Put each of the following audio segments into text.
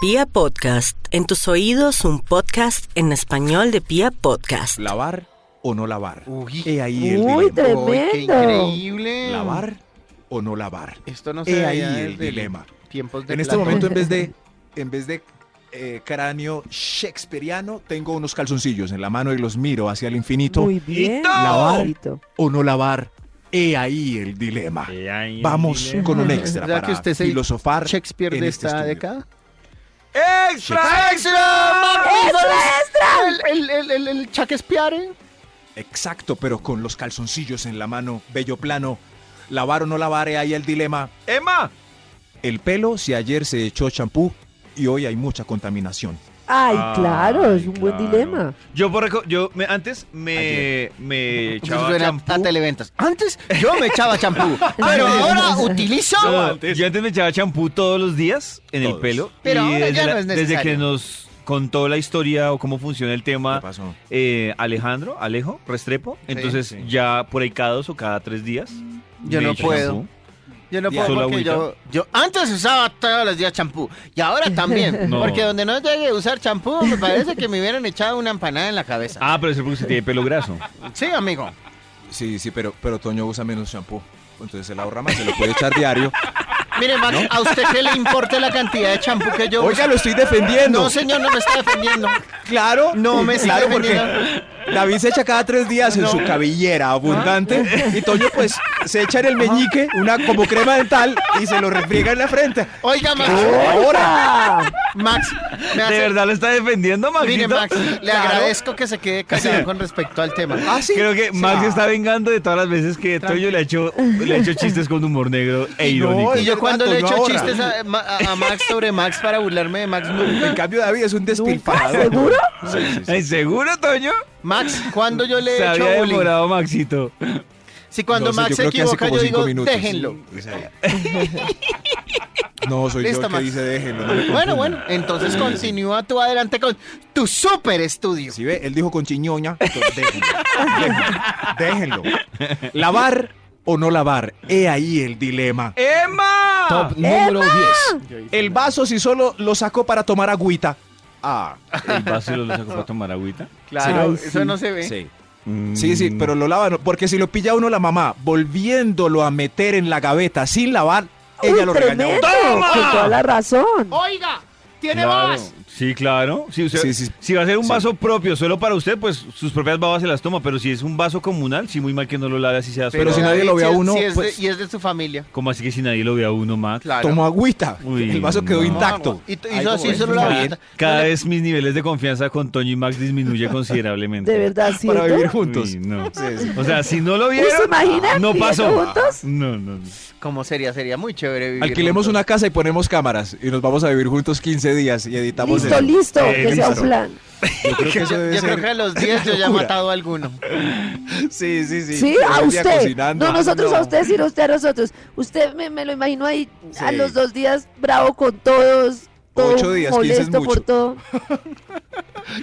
Pia Podcast, en tus oídos un podcast en español de Pia Podcast. ¿Lavar o no lavar? Uy, He ahí el Uy, dilema. tremendo. uy, qué increíble. ¿Lavar o no lavar? Esto no se He Eh, ahí veía el desde dilema. Tiempos de En este Platón. momento, en vez de, en vez de eh, cráneo shakespeariano, tengo unos calzoncillos en la mano y los miro hacia el infinito. Muy bien. Lavar. Lalito. ¿O no lavar? He ahí el dilema. Vamos con un extra ¿Verdad para que usted se- filosofar Shakespeare en de este esta estudio. década. Shakespeare. El, el, el, el, el Shakespeare. Exacto, pero con los calzoncillos en la mano, bello plano. Lavar o no lavar, he ahí el dilema. ¡Emma! El pelo, si ayer se echó champú y hoy hay mucha contaminación. Ay, Ay, claro, es un buen claro. dilema. Yo por reco- yo me- antes me, me Eso echaba suena champú. a televentas. Antes yo me echaba champú, pero ahora utilizo. No, yo antes me echaba champú todos los días en Todos. el pelo. Pero y ahora desde ya no la- es Desde necesario. que nos contó la historia o cómo funciona el ¿Qué tema pasó? eh, Alejandro, Alejo, Restrepo, entonces sí. ya por ahí cada dos o cada tres días. Yo me no echo puedo. champú. Yo no Y puedo solo porque yo, yo antes usaba todos los días champú y ahora también. No. Porque donde no llegue a usar champú me parece que me hubieran echado una empanada en la cabeza. Ah, pero es porque usted tiene pelo graso. Ah. Sí, amigo. Sí, sí, pero, pero Toño usa menos champú. Entonces se la ahorra más, se lo puede echar diario. Mire, Max, ¿a usted qué le importa la cantidad de champú que yo Oiga, lo estoy defendiendo. No, señor, no me está defendiendo. claro. No me está Claro, porque defendiendo. David se echa cada tres días en su cabellera abundante. Ah. Y Toño, pues, se echa en el meñique una como crema dental y se lo refriega en la frente. Oiga, Max. Max, me hace- ¿De verdad lo está defendiendo, Max? Mire, Max, le agradezco que se quede callado con respecto al tema. Creo que Max está vengando de todas las veces que Toño le ha hecho, le ha hecho chistes con humor negro e irónico. Y yo cuando le Toño echo ahora. chistes a, Ma- a- a Max sobre Max para burlarme de Max nunca. En cambio, David es un despilfarrador. ¿Seguro? ¿En seguro, Toño? Max, cuando yo le Se echo había bullying. demorado Maxito. Si cuando No sé, Max yo se creo que hace equivoca, como yo cinco digo, minutos. déjenlo. No, soy Listo, yo el que Max. dice déjenlo. no me Bueno, confundan. bueno, entonces continúa tú adelante con tu super estudio. Si ve, él dijo con chiñoña, entonces déjenlo, déjenlo, déjenlo. ¿Lavar o no lavar? He ahí el dilema. ¡Emma! número 10. El vaso si solo lo sacó para tomar agüita. Ah, El vaso lo sacó para tomar agüita. Claro, Ay, eso sí. no se ve. sí. Sí, sí, pero lo lavan. Porque si lo pilla uno la mamá, volviéndolo a meter en la gaveta sin lavar, ella Uy, lo regaña. a tremendo, uno. con toda la razón. Oiga, tiene Mm, Claro. más. Sí, claro. Si, usted- Sí, sí. si va a ser un Sí. vaso propio solo para usted, pues sus propias babas se las toma. Pero si es un vaso comunal, sí, muy mal que no lo lave así sea Pero solo. si nadie lo ve a si- uno, si es de- pues- y es de su familia. ¿Cómo así que si nadie lo ve a uno, Max? Claro. Tomó agüita. Uy, el vaso quedó no. intacto. Y t- Ahí hizo así, como solo es. la Muy bien, gaveta. Cada vez mis niveles de confianza con Toño y Max disminuye considerablemente. De verdad, sí. Oh. Para vivir juntos. Uy, no. Sí, sí. O sea, si no lo ¿Ustedes se vieron, imaginan no viviendo pasó. juntos? No, no, no. ¿Cómo sería? Sería muy chévere vivir Alquilemos juntos. una casa y ponemos cámaras y nos vamos a vivir juntos 15 días y editamos Listo, el- listo, Eh, que sea un listo. plan. Yo creo que eso Yo, debe yo creo ser- que a los 10 yo ya he locura. matado a alguno. Sí, sí, sí. Sí, Todo a el día usted. cocinando. Ah, No, nosotros No. a usted, sino usted a nosotros. Usted me, me lo imagino ahí a Sí. los dos días bravo con todos. Todo Ocho días, quince es molesto por mucho. todo.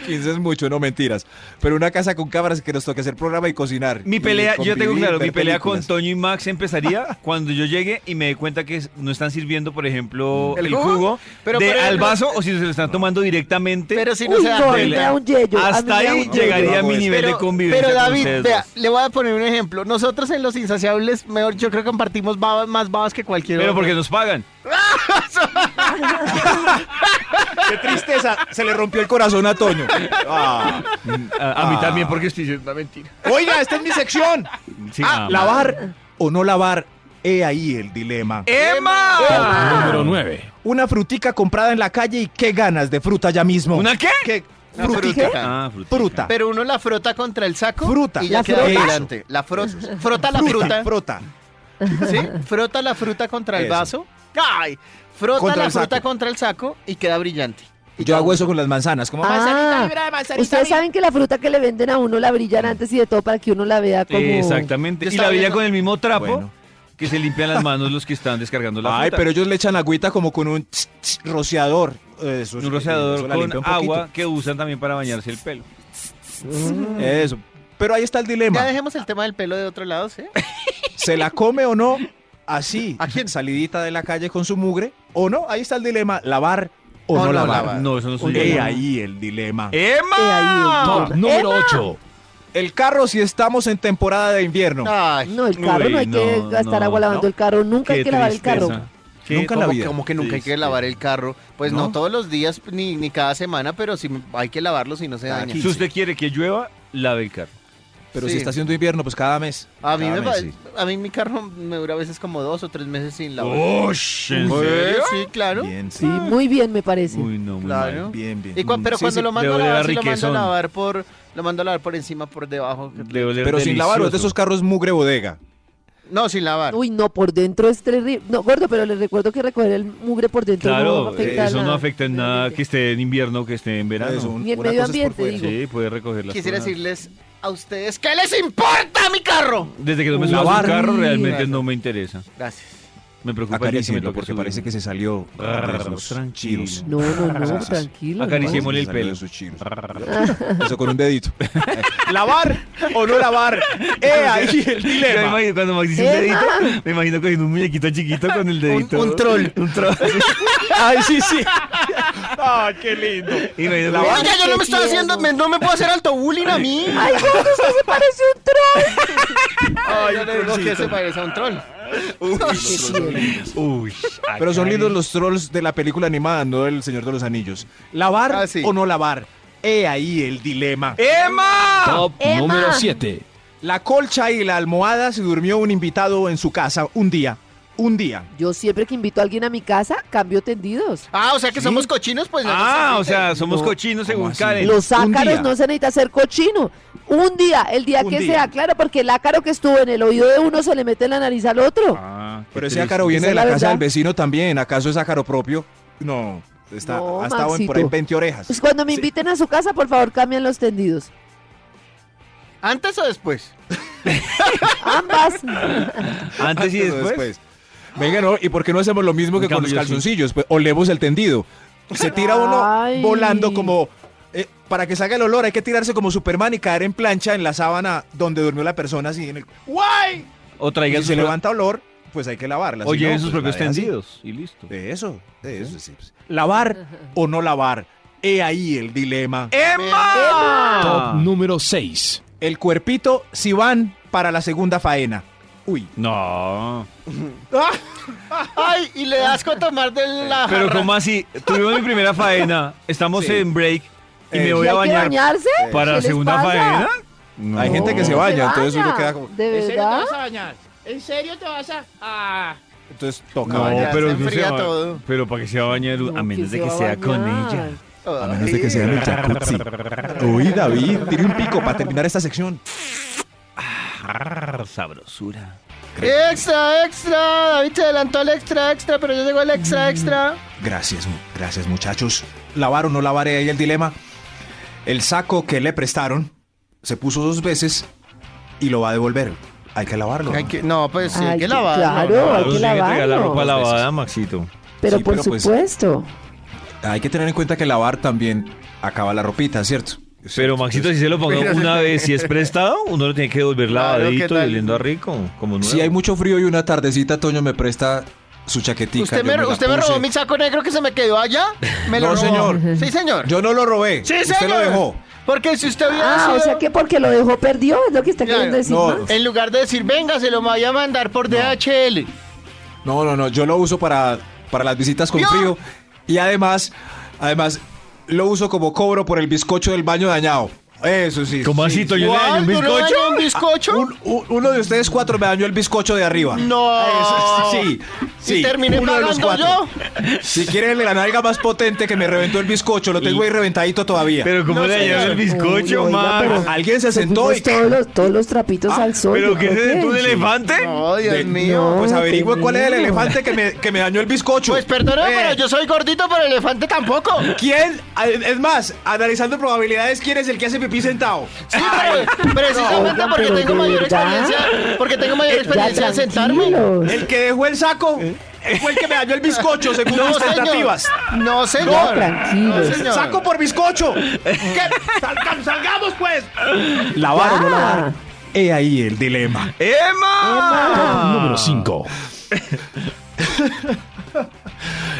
15 es mucho, no mentiras. Pero una casa con cámaras que nos toque hacer programa y cocinar. Mi y pelea, yo tengo convivir, claro, ver mi pelea con películas. Toño y Max empezaría cuando yo llegue y me dé cuenta que no están sirviendo, por ejemplo, ¿El el, jugo? jugo, Pero, de, pero- al vaso o si se lo están tomando directamente. Pero si no Uy, se da no, a mí de me la- da un yello. a mí me hasta da ahí un yello. llegaría no, mi no, nivel de convivencia. pero con David, ustedes vea, dos. le voy a poner un ejemplo. Nosotros en Los Insaciables, mejor, yo creo que compartimos babas- más babas que cualquier Pero otro. porque nos pagan. Qué tristeza, se le rompió el corazón a Toño. Ah. A, a mí Ah. también porque estoy diciendo una mentira. Oiga, esta es mi sección. Sí, Ah, ah, lavar o no lavar, he ahí el dilema. Ah, ¡Emma! Número 9. Una frutica comprada en la calle y qué ganas de fruta ya mismo. ¿Una qué? ¿Qué? Una Frutica. frutica. Ah, fruta. Fruta. Pero uno la frota contra el saco Fruta. y ya La queda frota. brillante. La frota, frota la fruta, Fruta. Fruta. ¿sí? Frota la fruta contra el Eso. vaso. ¡Ay! Frota Contra la el fruta saco. contra el saco y queda brillante. Yo hago eso con las manzanas. Como Ah, ustedes saben que la fruta que le venden a uno la brillan antes y de todo para que uno la vea como... Exactamente. Yo Y estaba la veía viendo- con el mismo trapo Bueno. que se limpian las manos los que están descargando la Ay, fruta. pero ellos le echan agüita como con un ch- ch- rociador. Eso, un eso- rociador eso la limpia con un poquito. agua que usan también para bañarse el pelo. Mm. Eso. Pero ahí está el Ya dilema. dejemos el tema del pelo de otro lado, ¿sí? ¿Se la come o no? Así. ¿A quién? Salidita de la calle con su mugre. ¿O no? Ahí está el dilema. ¿Lavar o no, lavar. Pues No, eso no soy He yo. ahí el dilema. ahí ¡Emma! el- Número 8. El carro si estamos en temporada de invierno. Ay, No, el carro Uy, no hay que no, gastar no, agua lavando no. el carro, nunca hay que lavar el carro. Sí, nunca en la como, vida. como que nunca hay que lavar el carro. Pues no, ¿No? todos los días ni, ni cada semana, pero sí hay que lavarlo si no se Cada daña. Si usted quiere que llueva, lave el carro. Pero sí. si está haciendo invierno, pues cada mes. A mí, me Cada va- mes, sí. a mí mi carro me dura a veces como dos o tres meses sin lavar. ¡Ush! Oh, ¿En Pues, serio? Sí, claro. Bien, sí. Sí, muy bien me parece. Uy, no, muy Claro. mal. Bien, bien. Ah, Y cua- Mm, pero sí, cuando sí. lo mando a Debe lavar, oler sí lo mando a riquezón. lavar por, lo mando a lavar por encima, por debajo. Debe oler Pero sin lavar, o es de delicioso. esos carros mugre bodega. No, sin lavar. Uy, no, por dentro es terrible. No, gordo, pero les recuerdo que recoger el mugre por dentro no Claro, eh, afecta eso no nada. afecta en nada que esté en invierno, que esté en verano. Eso, un- Ni el una medio cosa es por ambiente, fuera. digo. Sí, puede recoger las Quisiera cosas. decirles a ustedes, ¿qué les importa mi carro? Desde que no me Uh, subas lavar. un carro, realmente Gracias. no me interesa. Gracias. Me preocupa ya que me Acarícienlo, toque porque subir. parece que se salió Brr, de sus tranquilo. chiros. No, no, Sí, sí, no, sí. tranquilo. no. Acariciemos. Acariciémosle el Se salió de pelo. sus chiros. Eso con un dedito. ¿Lavar o no lavar? He ahí el Yo me dilema. imagino, cuando Max dice un dedito, me imagino cogiendo un muñequito chiquito con el dedito. un troll. Un troll. Ay, sí, sí. Ah, qué lindo. Y me imagino Lavar. Oiga, yo no me estoy Qué haciendo, tierno. me- no me puedo hacer alto bullying a mí. Ay, gordo, usted se parece un troll. Ay, yo le digo que se parece a un troll. Qué tierno. Uy, Pero son lindos los trolls de la película animada, no del Señor de los Anillos. ¿Lavar Ah, sí. Eh. o no lavar? He ahí el dilema. Top Emma. número 7. La colcha y la almohada se durmió un invitado en su casa un día. Un día. Yo siempre que invito a alguien a mi casa, cambio tendidos. Ah, o sea que somos cochinos, pues. no nos Ah, o inviten. sea, somos No, cochinos según ¿cómo así? Karen. Los un ácaros día. no se necesita ser cochino. Un día, el día Un que día. sea, claro, porque el ácaro que estuvo en el oído de uno se le mete en la nariz al otro. Ah, qué Pero ese triste. ácaro viene Esa de es la, la casa del verdad. vecino también. ¿Acaso es ácaro propio? No. Está, No, ha estado en por ahí Maxito. 20 orejas. Pues cuando me Sí. inviten a su casa, por favor, cambien los tendidos. ¿Antes o después? Ambas. Antes y Antes o después. Venga, no, ¿y por qué no hacemos lo mismo En que con los cambio, yo sí. calzoncillos? Pues olemos el tendido. Se tira uno Ay. volando como... eh, para que salga el olor hay que tirarse como Superman y caer en plancha en la sábana donde durmió la persona así en el... ¡Guay! O Y traigan si sus se pro- levanta olor, pues hay que lavarla. O si no, lleven sus pues, la propios deja así. tendidos. Y listo. De eso, de eso. sí, sí. Lavar o no lavar. He ahí el dilema. Ah. Top número 6. El cuerpito si van para la segunda faena. Uy. No. Ay, y le das con tomar de la Pero jarra. como así, tuvimos mi primera faena, estamos Sí. en break y Eh, me voy ¿Y hay a que bañar bañarse? para ¿Qué la les segunda pasa? faena. Hay gente que se No baña, entonces uno baña. queda como... ¿De ¿En serio te verdad? vas a bañar? ¿En serio te vas a...? Ah. Entonces toca No, bañar. pero se no enfría va- todo. Pero para que se va a bañar, No, a menos de ¿quién que se va a sea con bañar? ella. A menos de que Ay. sea en el jacuzzi. Uy, David, tiene un pico para terminar esta sección. Arr, sabrosura. Extra, extra. David se adelantó al extra, extra, pero ya llegó el Mm. extra, extra. Gracias, mu- gracias muchachos. ¿Lavar o no lavaré ahí el dilema? El saco que le prestaron se puso dos veces y lo va a devolver. Hay que lavarlo. Hay ¿no? que- no, pues sí, hay Ay, que que- lavar. claro. Hay que Claro, sí hay que entregar la lavarlo. ropa Dos veces. lavada, Maxito. Pero Sí, por pero pues- supuesto. Hay que tener en cuenta que lavar también acaba la ropita, ¿cierto? Pero Maxito, si se lo ponga una vez, si es prestado, uno lo tiene que devolver Claro, ¿qué lavadito y tal? oliendo a rico, como nuevo. Si hay mucho frío y una tardecita, Toño me presta su chaquetica. ¿Usted, yo me, la usted me puse. robó mi saco negro que se me quedó allá? ¿Me lo No, robó? señor. Sí, señor. Yo no lo robé. sí, usted señor. lo dejó. Porque si usted hubiera Ah, o sido- sea que porque lo dejó perdió, es lo que está Claro, queriendo decir no. Max. En lugar de decir, venga, se lo voy a mandar por DHL. No, no, no. Yo lo uso para, para las visitas con ¡Dios! frío. Y además, además, lo uso como cobro por el bizcocho del baño dañado. Eso sí. ¿Cómo así, Toño? Toño? ¿Le dañó un ¿Cuál? ¿Tú no bizcocho? dañas un bizcocho? Ah, uno de ustedes cuatro me dañó el bizcocho de arriba. No. Eso, sí, sí. ¿Y terminé uno de los pagando cuatro. yo? Si quieren la nalga más potente que me reventó el bizcocho, lo tengo ahí reventadito todavía. Pero ¿cómo No, le dañó señor. el bizcocho, Uy, oiga, Max? pero- Alguien se Se sentó y... pusimos Pues todos los, todos los trapitos al sol. ¿Pero yo qué creo se que- sentó un elefante? No, Dios De- mío. Pues No, averigüe qué cuál es el miedo. elefante que me, que me dañó el bizcocho. Pues perdóname, Eh, pero yo soy gordito, pero elefante tampoco. ¿Quién? A- Es más, analizando probabilidades, ¿quién es el que hace pipí sentado? Sí, pero precisamente Oigan, porque pero tengo de mayor verdad. experiencia, porque tengo mayor Ya, experiencia en sentarme. tranquilos. El que dejó el saco fue el que me dañó el bizcocho, según No, las señor. tentativas. No, señor. tranquilos. Ah, No, señor. ¡Saco por bizcocho! ¿Qué? Salga- ¡Salgamos, pues! ¿Lavar o no Ya. lavar? He ahí el dilema. ¡Emma! Top número 5.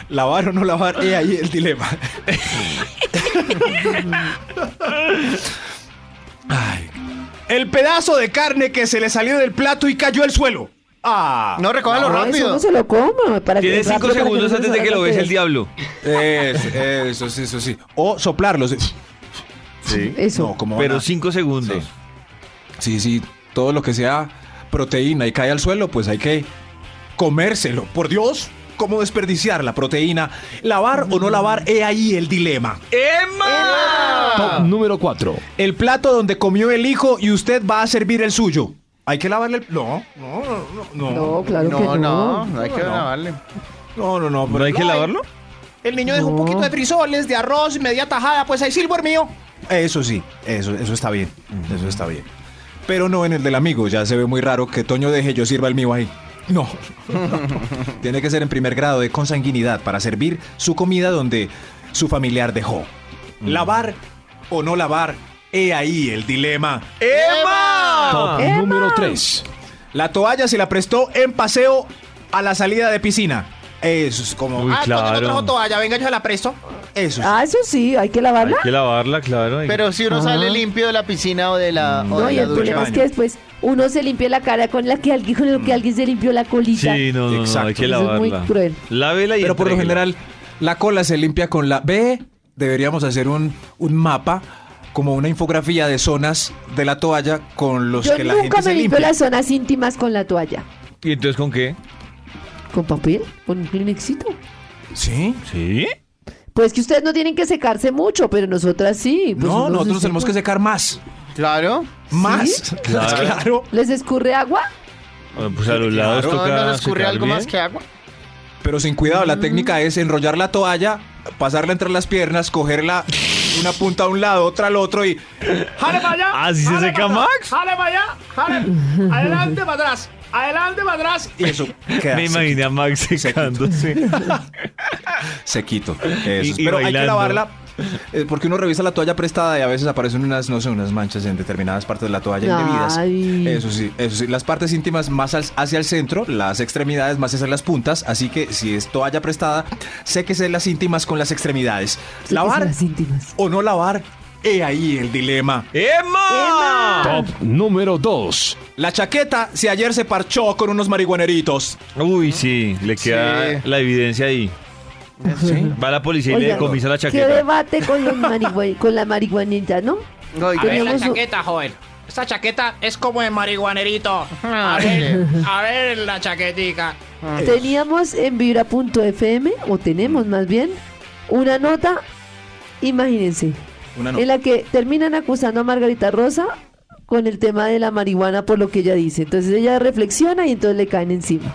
Lavar o no lavar, he ahí el dilema. Ay. El pedazo de carne que se le salió del plato y cayó al suelo. Ah. No, recójalo No, eso rápido. no se lo coma. Para Tienes rápido, cinco para no segundos se antes de que lo vea ves el diablo. Eso, eso sí, eso sí. O soplarlos. Sí. Eso. No, como Pero van a- cinco segundos. Sí, sí, todo lo que sea proteína y cae al suelo, pues hay que comérselo. Por Dios, ¿cómo desperdiciar la proteína? Lavar o no lavar, he ahí el dilema. Top número 4. El plato donde comió el hijo y usted va a servir el suyo. Hay que lavarle el... No, no, no, no. No, claro que No, no. no, no hay que No, no. lavarle. No, no, no. ¿No hay que lavarlo? El niño dejó un poquito de frisoles, de arroz y media tajada, pues ahí silbo el mío. Eso sí, eso, eso está bien. Eso está bien. Pero no en el del amigo, ya se ve muy raro que Toño deje yo sirva el mío ahí. No. Tiene que ser en primer grado de consanguinidad para servir su comida donde su familiar dejó. Mm. ¿Lavar o no lavar? He ahí el dilema. Top Emma. número 3. La toalla se la prestó en paseo a la salida de piscina. Eso es como. Uy, ah, Toño no claro. trajo toalla, venga, yo se la presto. Eso es. Ah, eso sí, hay que lavarla. Hay que lavarla, claro. hay que- Pero si uno Ajá. sale limpio de la piscina o de la, o No, de y la el ducha. problema es que después uno se limpia la cara con la que alguien, con lo que alguien se limpió la colita. Sí, no, no, no, hay Exacto. que Eso es lavarla. muy cruel. Lávela y Pero por lo entrégala. general, la cola se limpia con la B. Deberíamos hacer un, un mapa, como una infografía de zonas de la toalla con los Yo Pues que la nunca gente me se limpio limpia. las zonas íntimas con la toalla. ¿Y entonces con qué? ¿Con papel? ¿Con un Kleenexito? Sí. ¿Sí? Pues que ustedes no tienen que secarse mucho, pero nosotras sí. pues uno no, se nosotros seca. tenemos que secar más. Claro. Más. Claro. Claro. ¿Les escurre agua? Bueno, Pues a los lados ¿No toca nos escurre secar algo bien. más que agua? Pero sin cuidado, la técnica es enrollar la toalla, pasarla entre las piernas, cogerla una punta a un lado, otra al otro y. ¡Jale para allá! ¿Ah, sí se jale seca para atrás, Max? ¡Jale para allá! ¡Jale! ¡Adelante para atrás! ¡Adelante para atrás! y eso. queda Me imaginé a Max secándose. sequito. Eso. Y- y Pero hay que bailando. lavarla. eh, Porque uno revisa la toalla prestada y a veces aparecen unas, no sé, unas manchas en determinadas partes de la toalla indebidas. Ay. Eso sí, eso sí. Las partes íntimas más al- hacia el centro, las extremidades más hacia las puntas. Así que si es toalla prestada, séquese las íntimas con las extremidades. Séquese ¿Lavar las íntimas. o no lavar? He ahí el dilema. ¡Emma! Top número 2. La chaqueta, si ayer se parchó con unos marihuaneritos. Uy, sí, le queda Sí. la evidencia ahí. Va la policía y le Oigan, decomisa la Qué chaqueta. debate con, los marigua- con la marihuanita, ¿no? A ver la Tenemos un- chaqueta, joven. Esta chaqueta es como de marihuanerito. Ah. A Ay. ver, a ver la chaquetica. Ah. Teníamos en vibra.fm, o tenemos más bien, una nota, imagínense, Una en la que terminan acusando a Margarita Rosa con el tema de la marihuana por lo que ella dice. Entonces ella reflexiona y entonces le caen encima.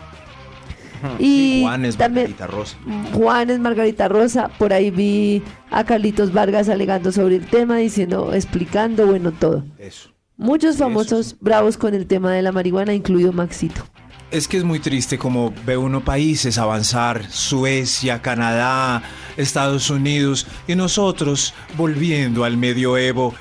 Y Juan es también Margarita Rosa. Juanes, Margarita Rosa, por ahí vi a Carlitos Vargas alegando sobre el tema, diciendo, explicando, bueno, todo. Eso. Muchos famosos bravos con el tema de la marihuana, incluido Maxito. Es que es muy triste como ve uno países avanzar, Suecia, Canadá, Estados Unidos y nosotros volviendo al medioevo.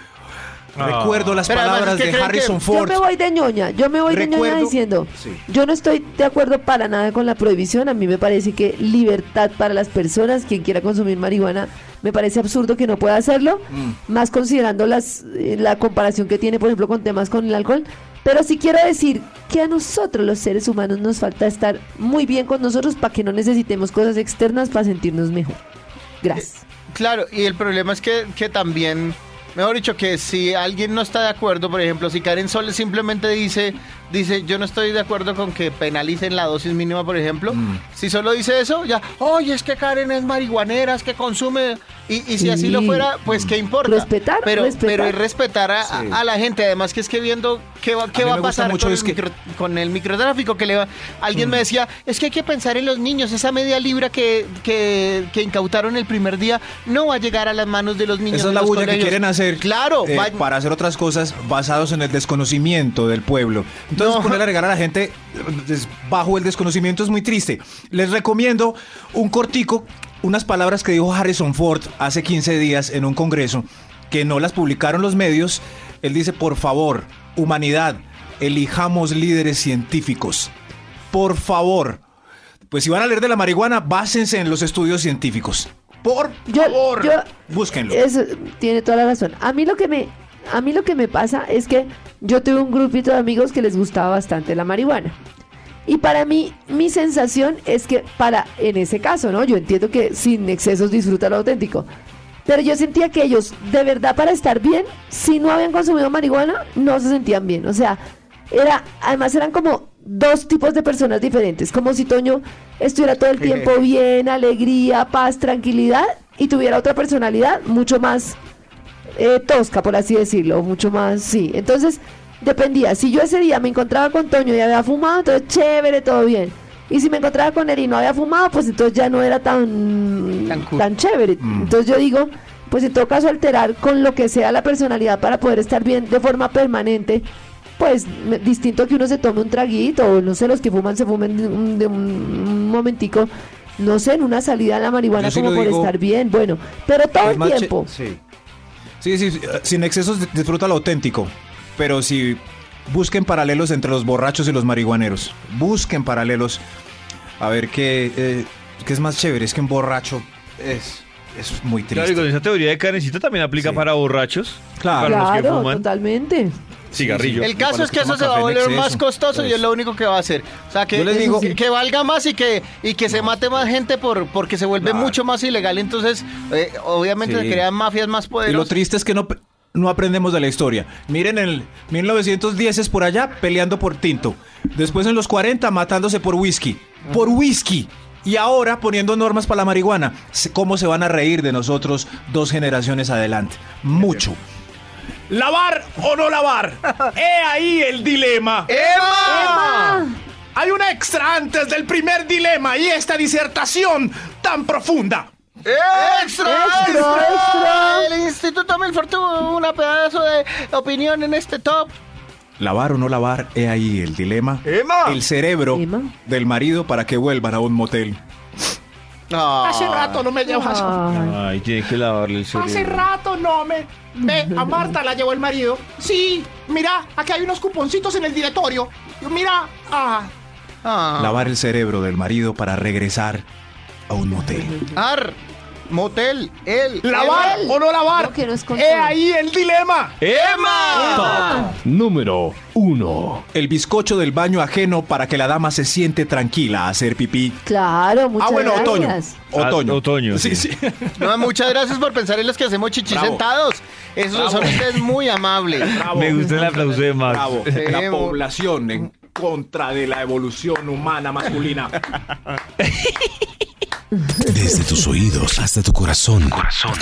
Recuerdo las Pero además palabras es que de creen Harrison que- Ford. Yo me voy de ñoña, yo me voy de ñoña Recuerdo- diciendo, Sí. yo no estoy de acuerdo para nada con la prohibición, a mí me parece que libertad para las personas, quien quiera consumir marihuana, me parece absurdo que no pueda hacerlo, Mm. más considerando las, eh, la comparación que tiene, por ejemplo, con temas con el alcohol. Pero sí quiero decir que a nosotros los seres humanos nos falta estar muy bien con nosotros para que no necesitemos cosas externas para sentirnos mejor. Gracias. Claro, y el problema es que, que también, mejor dicho, que si alguien no está de acuerdo, por ejemplo, si Karen Sol simplemente dice, dice, yo no estoy de acuerdo con que penalicen la dosis mínima, por ejemplo, Mm. si solo dice eso, ya, oye, es que Karen es marihuanera, es que consume, y, y si así Sí. lo fuera, pues qué importa. Respetar, pero, respetar. Pero es respetar a, a- Sí. a la gente, además que es que viendo qué va, qué mí va a me gusta pasar mucho con, es el que- Mm. micro- con el microtráfico que le va. Alguien me decía, es que hay que pensar en los niños, esa media libra que, que, que incautaron el primer día no va a llegar a las manos de los niños. Esa es en la los bulla colegios". que quieren hacer. Claro, eh, va- para hacer otras cosas basados en el desconocimiento del pueblo. Entonces, poner a regalar a la gente des- bajo el desconocimiento es muy triste. Les recomiendo un cortico, unas palabras que dijo Harrison Ford hace 15 días en un congreso, que no las publicaron los medios. Él dice, por favor, humanidad, elijamos líderes científicos. Por favor. Pues si van a leer de la marihuana, básense en los estudios científicos. Por Yo- favor, yo- eh, búsquenlo. Eso, tiene toda la razón. A mí lo que me a mí lo que me pasa es que yo tuve un grupito de amigos que les gustaba bastante la marihuana. Y para mí mi sensación es que para en ese caso, ¿no? Yo entiendo que sin excesos disfruta lo auténtico. Pero yo sentía que ellos de verdad para estar bien, si no habían consumido marihuana, no se sentían bien, o sea, era además eran como dos tipos de personas diferentes, como si Toño estuviera todo el tiempo bien, alegría, paz, tranquilidad y tuviera otra personalidad mucho más eh, tosca, por así decirlo, mucho más, sí. Entonces, dependía. Si yo ese día me encontraba con Toño y había fumado, entonces chévere, todo bien. Y si me encontraba con él y no había fumado, pues entonces ya no era tan, Tan tan, cool. chévere. Entonces yo digo, pues en todo caso alterar con lo que sea la personalidad para poder estar bien de forma permanente. Pues me- distinto que uno se tome un traguito, o no sé, los que fuman se fumen de un, de un momentico, no sé, en una salida a la marihuana Yo sí como lo por digo. estar bien, bueno, pero todo Además, el che- tiempo. Sí. Sí, sí, eh, sin excesos di- disfruta lo auténtico. Pero si busquen paralelos entre los borrachos y los marihuaneros. Busquen paralelos. A ver qué, eh, qué es más chévere. Es que un borracho es, es muy Claro, y triste. con esa teoría de carnecita también aplica Sí. para borrachos, Claro. para los que Claro, fuman totalmente. cigarrillo. Yo- El caso para es que los que eso se toman va a café en volver más exceso, costoso y pues. es lo único que va a hacer. O sea, que, Yo les digo- que valga más y que, y que se mate más gente por, porque se vuelve mucho más ilegal. Entonces, eh, obviamente Sí. se crean mafias más Y lo poderosas. triste es que no, no aprendemos de la historia. Miren, en el 1910 es por allá peleando por tinto. Después en los 40 matándose por whisky. Por whisky. Y ahora poniendo normas para la marihuana. Se- ¿Cómo se van a reír de nosotros dos generaciones adelante? Mucho. ¿Lavar o no lavar? He ahí el dilema. Hay un extra antes del primer dilema y esta disertación tan profunda. ¡Extra, Extra, extra. El Instituto Milford tuvo una pedazo de opinión en este top. Lavar o no lavar, he ahí el dilema. ¡Emma! El cerebro Emma. del marido para que vuelvan a un motel. No. Hace rato no me Ah. llevas. Ay, Ay, tiene que lavarle el cerebro. Hace rato no me. Ve, a Marta la llevó el marido. Sí, mira, aquí hay unos cuponcitos en el directorio. Y Mira, ah, Ah. Lavar el cerebro del marido para regresar a un motel. Ar. Motel. El. lavar Él. o no lavar. Lo que no es control. He ahí el dilema. Ah. Top número 1. El bizcocho del baño ajeno para que la dama se siente tranquila a hacer pipí. claro, muchas ah, bueno, gracias. otoño. Otoño. Ah, otoño, Sí, sí. sí. No, muchas gracias por pensar en los que hacemos chichis Bravo. sentados. Eso son ustedes muy amables. Me gusta el aplauso de Max. Bravo. Sí, La mo- población en contra de la evolución humana masculina. Desde tus oídos hasta tu corazón. Corazón.